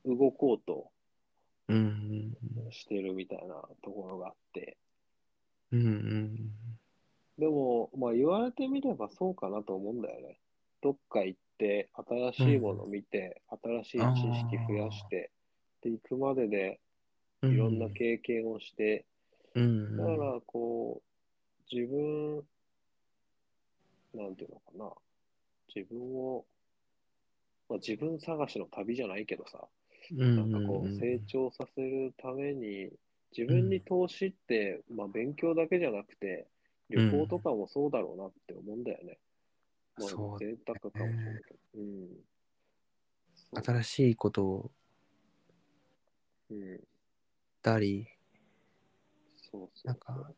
S1: 動こうと
S2: うん。
S1: してるみたいなところがあって、
S2: うん。
S1: でも、まあ、言われてみればそうかなと思うんだよね。どっか行って、新しいもの見て、新しい知識増やして、で、行くまででいろんな経験をして、
S2: うん。
S1: だから、こう、自分、なんていうのかな、自分を、まあ、自分探しの旅じゃないけどさ、なんかこう、成長させるために、自分に投資って、まあ、勉強だけじゃなくて、旅行とかもそうだろうなって思うんだよね。まあ、
S2: そうだ
S1: 贅沢かもしれないけど。うん。そう
S2: 新しいことを
S1: うん。
S2: たり、
S1: そうそう。
S2: なんか、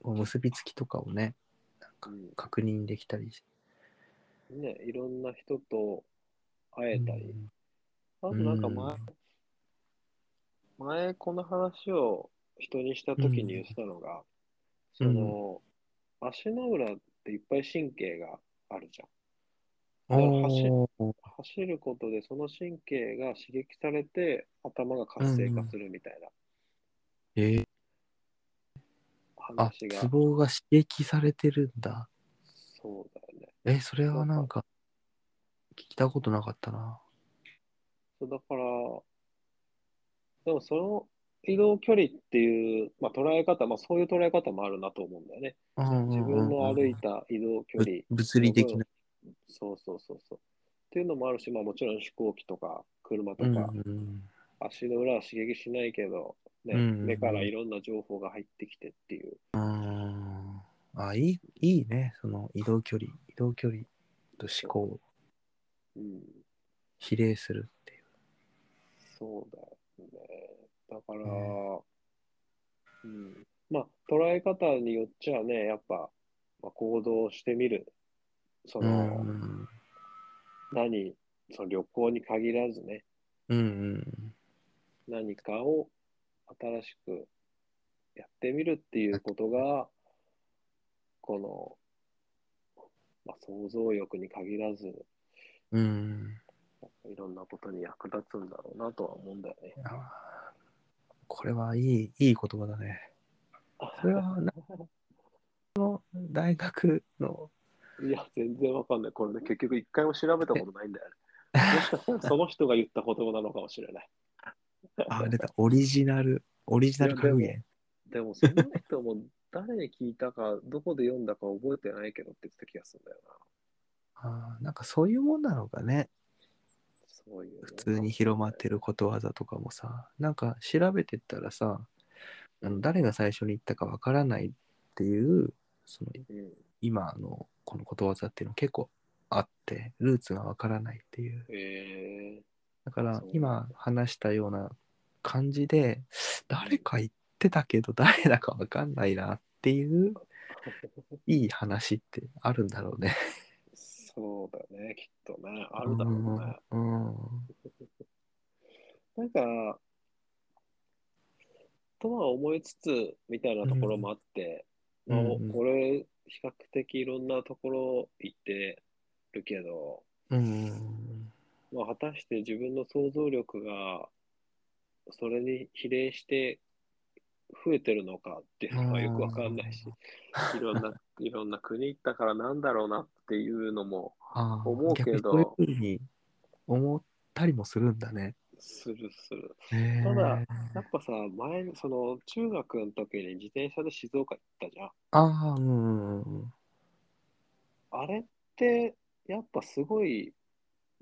S2: こう結びつきとかをね、なんか
S1: う
S2: 確認できたりし
S1: ん、ね、いろんな人と会えたり。
S2: うん
S1: あとなんか前、
S2: うん
S1: 前この話を人にした時に言ってたのが、
S2: うん
S1: その、足の裏っていっぱい神経があるじゃん。だから走
S2: おー
S1: 走ることでその神経が刺激されて頭が活性化するみたいな
S2: えーあ、
S1: 話が、
S2: ツボが刺激されてるんだ。
S1: そうだよね。
S2: え、それはなんか、聞いたことなかったな。
S1: そうだから、でもその移動距離っていう、まあ、捉え方、まあ、そういう捉え方もあるなと思うんだよね。
S2: 自
S1: 自分の歩いた移動距離、
S2: 物理的な。
S1: そうそうそうそう。っていうのもあるし、まあ、もちろん飛行機とか車と
S2: うんう
S1: か、
S2: ん
S1: 足の裏は刺激しないけど、ね
S2: うんうんうん
S1: 目からいろんな情報が入ってきてっていう。
S2: うんあ、いい、いいね。その移動距離、移動距離と思考を
S1: うん、
S2: 比例するっていう。
S1: そうだよね。だから、
S2: ね
S1: うん、まあ、捉え方によっちゃね、やっぱ、まあ、行動してみる。その、
S2: うん
S1: 何、その旅行に限らずね、
S2: うんうん。
S1: 何かを新しくやってみるっていうことが、この、まあ、想像力に限らず、
S2: うん。
S1: いろんなことに役立つんだろうなとは思うんだよね。
S2: あこれはいい、いい言葉だね。それは、なの大学の、
S1: いや、全然わかんない。これね、結局一回も調べたことないんだよね。もしかしたらその人が言った言葉なのかもしれない。
S2: あれだ、 オリジナル、オリジナル格言。
S1: でも、その人も誰に聞いたか、どこで読んだか覚えてないけどって言ってた気がするんだよな。
S2: あーなんかそういうもんなのかね。
S1: そういう、
S2: 普通に広まっ。てることわざとかもさなんか調べてったらさあの誰が最初に言ったかわからないっていうその
S1: うん。
S2: 今のこのことわざっていうの結構あってルーツがわからないっていう
S1: えー、
S2: だから
S1: そう
S2: 今話したような感じで誰か言ってたけど誰だかわかんないなっていういい話ってあるんだろうね。
S1: そうだね、きっとね。あるだろうね。
S2: うんうん
S1: なんか、とは思いつつ、みたいなところもあって、
S2: うん
S1: まあ
S2: うん
S1: 俺、比較的いろんなところ行ってるけど、
S2: うん
S1: まあ、果たして自分の想像力がそれに比例して増えてるのかっていうのは
S2: うん
S1: よくわかんないし、いろんな、いろんな国行ったからなんだろうなっていうのも
S2: ああ
S1: 思うけど
S2: 逆にそういうふうに思ったりもするんだね。
S1: するする。
S2: へえ
S1: ただやっぱさ、前、その中学の時に自転車で静岡行ったじゃん。
S2: ああ、うんうんうん。
S1: あれってやっぱすごい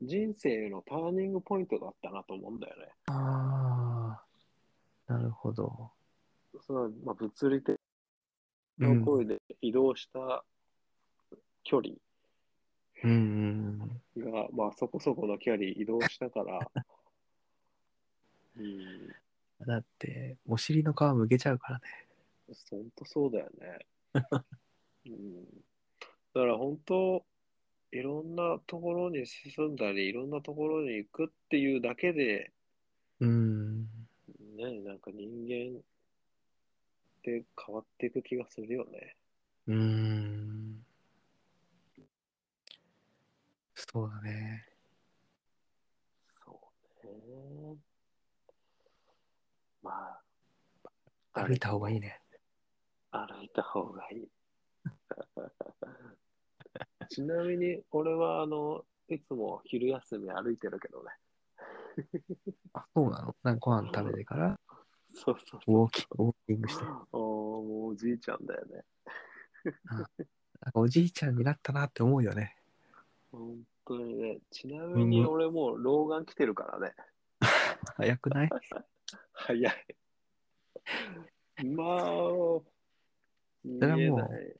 S1: 人生のターニングポイントだったなと思うんだよね。
S2: ああ、なるほど。
S1: そのまあ、物理的
S2: う、
S1: なん行為で移動した距離。
S2: うんうん
S1: が、まあ、そこそこの距離移動したから、うん、
S2: うん。だって、お尻の皮むけちゃうからね。
S1: 本当そうだよね。うん、だから本当、いろんなところに進んだり、いろんなところに行くっていうだけで、
S2: うん。
S1: ね、なんか人間って変わっていく気がするよね。
S2: うん。そうだね。
S1: そうね。まあ、
S2: 歩いた方がいいね。
S1: 歩いた方が いい。ちなみに、俺は、あの、いつも昼休み歩いてるけどね。
S2: あ、そうなのなんかご飯食べてから、
S1: そうそう
S2: ウォーキング、ウォーキングして。なんか
S1: おーもうおじいちゃんだよね。
S2: おじいちゃんになったなって思うよね。
S1: 本当にね。ちなみに、俺もう老眼来てるからね。
S2: 早くない
S1: 早 い。まあ、見
S2: それは
S1: え
S2: もう
S1: ない。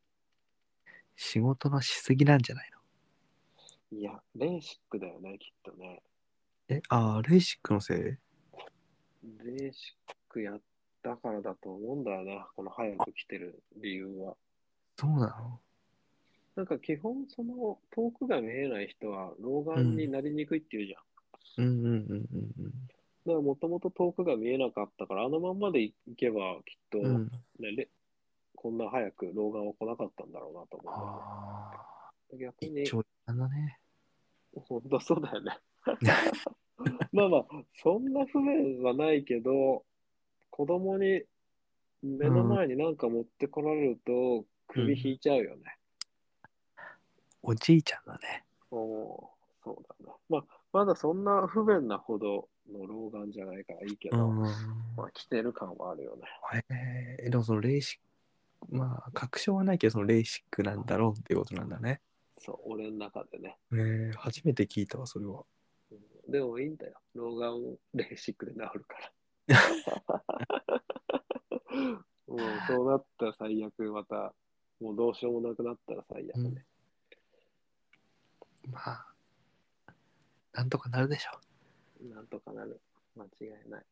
S2: 仕事のしすぎなんじゃないの
S1: いや、レーシックだよね、きっとね。
S2: え、ああ、レーシックのせい
S1: レーシックやったからだと思うんだよな、この早く来てる理由は。
S2: そうなの
S1: なんか基本その遠くが見えない人は老眼になりにくいっていうじゃん。
S2: うんうんうん
S1: だからもともと遠くが見えなかったからあのまんまで行けばきっと、
S2: うんうん。うん、
S1: ねれこんな早く老眼は来なかったんだろうなと思
S2: ああ、
S1: う。逆に
S2: 一長一短だね。
S1: 本当そうだよね。まあまあ、そんな不便はないけど、子供に目の前に何か持ってこられると、首引いちゃうよね。
S2: おじいちゃんだね。
S1: おーそうだな。まあ、まだそんな不便なほどの老眼じゃないからいいけど、
S2: うん。
S1: まあ、来てる感はあるよね。
S2: えーでもそのレーシック、まあ、確証はないけど、そのレーシックなんだろうっていうことなんだね。
S1: そう、俺の中でね。
S2: えー、初めて聞いたわ、それは。
S1: でもいいんだよ。老眼レーシックで治る から。もうそうなったら最悪、また、もうどうしようもなくなったら最悪ね。
S2: まあ、なんとかなるでしょ
S1: なんとかなる。間違いない。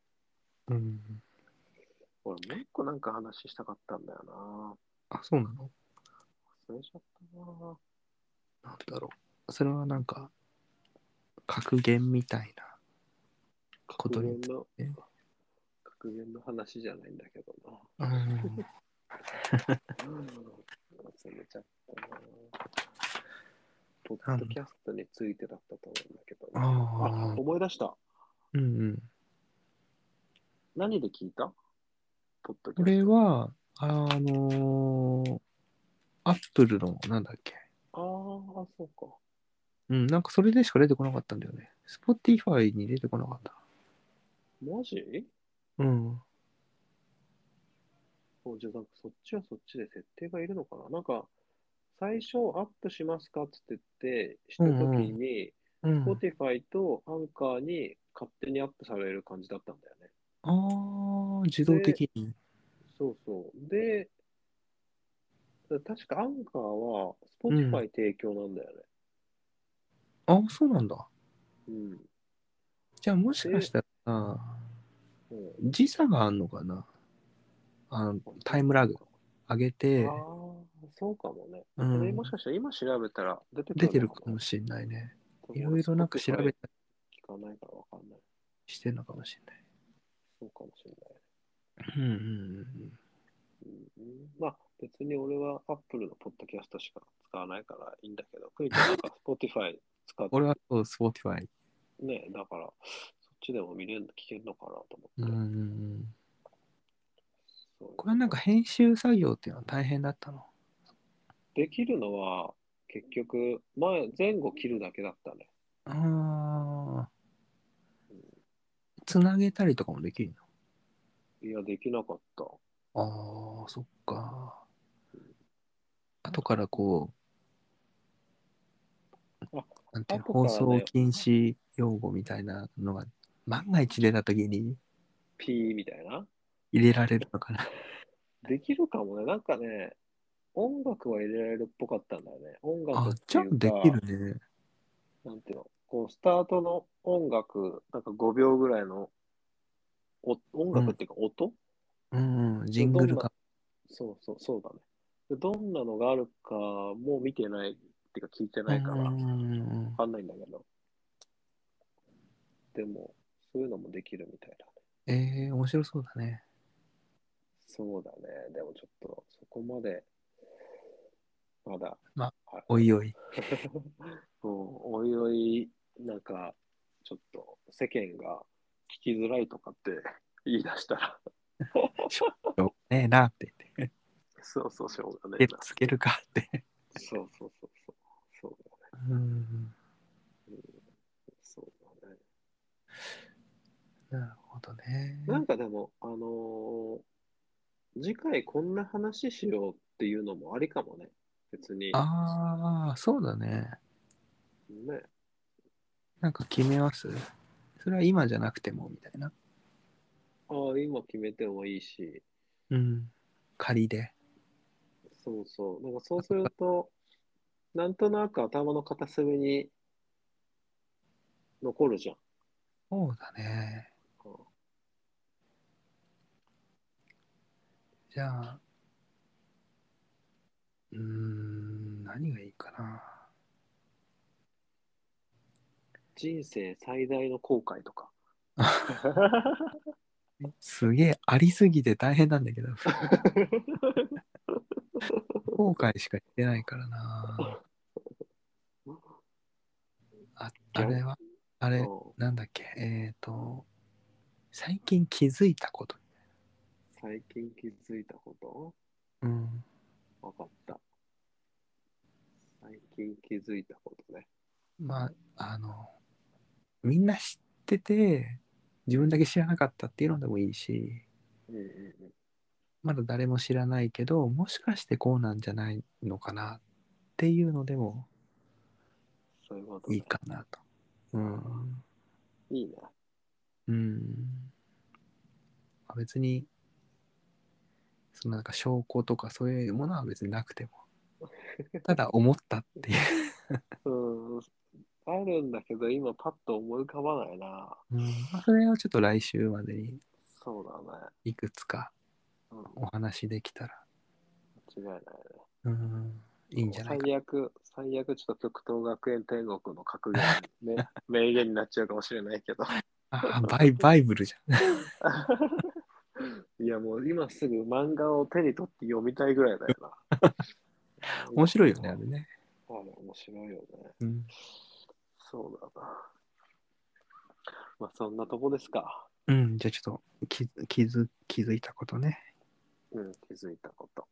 S2: う。ん。
S1: 俺、もう一個なんか話したかったんだよな。
S2: あ、そうなの
S1: 忘れちゃったな。
S2: なんだろう。それはなんか、格言みたいなこと
S1: 格
S2: に
S1: 言。の
S2: え、
S1: 格言の話じゃないんだけどな。
S2: うん。
S1: うん忘れちゃったな。ポッドキャストについてだったと思うんだけどな、あ
S2: ああ、
S1: 思い出した。
S2: うんうん。
S1: 何で聞いたポッドキ
S2: こ
S1: ャス
S2: れは、あのーアップルの、なんだっけ。
S1: ト。ああ、そうか。
S2: うん、なんかそれでしか出てこなかったんだよね。Spotify に出てこなかった。
S1: マジ
S2: うん。
S1: そうじゃあなんかそっちはそっちで設定がいるのかななんか、最初アップしますかっつって言って、したときに、
S2: うん、
S1: Spotify とアンカーに勝手にアップされる感じだったんだよね。
S2: ああ、自動的に。
S1: そうそう。で、確かアンカーは Spotify 提供なんだよね。
S2: ああ、そうなんだ。
S1: うん。
S2: じゃあもしかしたらさ、
S1: うん
S2: 時差があんのかなあのタイムラグ上げて
S1: あ、あ、そうかもね。
S2: う
S1: それ
S2: ん
S1: も、しかしたら今調べたら出てくるの
S2: 出てるかもしれないね。いろいろなんか調べ
S1: て
S2: たり
S1: 聞かないからわかんない。
S2: してるのかもしれない。
S1: そうかもしれな
S2: うんうん
S1: い。
S2: うん
S1: うんうん、まあ別に俺は Apple のポッドキャストしか使わないからいいんだけど、クイズなんか Spotify 使って
S2: 俺はそう、Spotify。
S1: ね、だからそっちでも見れるの聞けるのかなと
S2: うんうんう
S1: 思って。
S2: ん。
S1: そう
S2: これはなんか編集作業っていうのは大変だったの。
S1: できるのは結局前、前後切るだけだったね。
S2: ああ。つなげたりとかもできる
S1: いや、できなかった。
S2: のああ、そっか。後からこう
S1: あ、
S2: なんていうの
S1: 後
S2: 放
S1: からね
S2: 送禁止用語みたいなのが万が一出た時に
S1: ピーみたいな。
S2: 入れられるのかな。
S1: できるかもね。なんかね、音楽は入れられるっぽかったんだよね。音楽
S2: あ
S1: っ、て
S2: じゃ
S1: い
S2: あ
S1: うか、
S2: できるね。
S1: なんていうの、こう、スタートの音楽、なんか5秒ぐらいのお音楽っていうか音、
S2: うんうん、ジングルか。
S1: そうそう、そうだね。でどんなのがあるかも見てないっていうか聞いてないから、
S2: う
S1: わ
S2: んうん
S1: かんないんだけど。でも、そういうのもできるみたいだね。
S2: うんええ面白そうだね。
S1: そうだね。でもちょっと、そこまで、まだ、
S2: ま
S1: はい
S2: おいおい。
S1: そうおいおい、なんか、ちょっと世間が聞きづらいとかって言い出したら、
S2: よねえなって言って。
S1: そうそう、しょうがねえ
S2: え
S1: な。
S2: つけるかって。
S1: そうそうそうそう。そうだ
S2: うん。
S1: ね。そうだね。
S2: なるほどね。
S1: なんかでも、あのー次回こんな話しようっていうのもありかもね。別に。
S2: ああ、そうだね。
S1: ね。
S2: なんか決めますそれは今じゃなくてもみたいな。
S1: ああ、今決めてもいいし。
S2: うん。仮で。
S1: そうそう。なんかそうすると、 なんとなく頭の片隅に残るじゃん。
S2: そうだね。じゃあ、うーん、何がいいかな。
S1: 人生最大の後悔と か。
S2: すげえ、ありすぎて大変なんだけど。後悔しかしてないからな。ああれは、あれ、
S1: うん
S2: なんだっけ、えっ、と、最近気づいたこと。
S1: 最近気づいたこと
S2: うん。
S1: わかった。最近気づいたことね。
S2: まあ、あの、みんな知ってて、自分だけ知らなかったっていうのでもいいし、
S1: うんうんうん。
S2: まだ誰も知らないけど、もしかしてこうなんじゃないのかなっていうのでも
S1: そういうことね
S2: いいかなと。うん。
S1: いいね。
S2: うん。まあ別に、そのなんか証拠とかそういうものは別になくても、ただ思ったっていう。
S1: うん。あるんだけど、今パッと思い浮かばないな。
S2: うんまあそれをちょっと来週までに
S1: そうだね。
S2: いくつか
S1: うん、
S2: お話できたら、
S1: 間違いないね。
S2: うん、いいんじゃないか
S1: 最悪、最悪、ちょっと極東学園天国の格言、ね、 名言になっちゃうかもしれないけど。
S2: あバイバイブルじゃん
S1: いや、もう今すぐ漫画を手に取って読みたいぐらいだよな。
S2: 面白いよねあれね、
S1: あれ面白いよね。
S2: うん、
S1: そうだな。まあ、そんなとこですか。
S2: うん、じゃあちょっと気づ気づ気づいたことね
S1: うん、気づいたこと。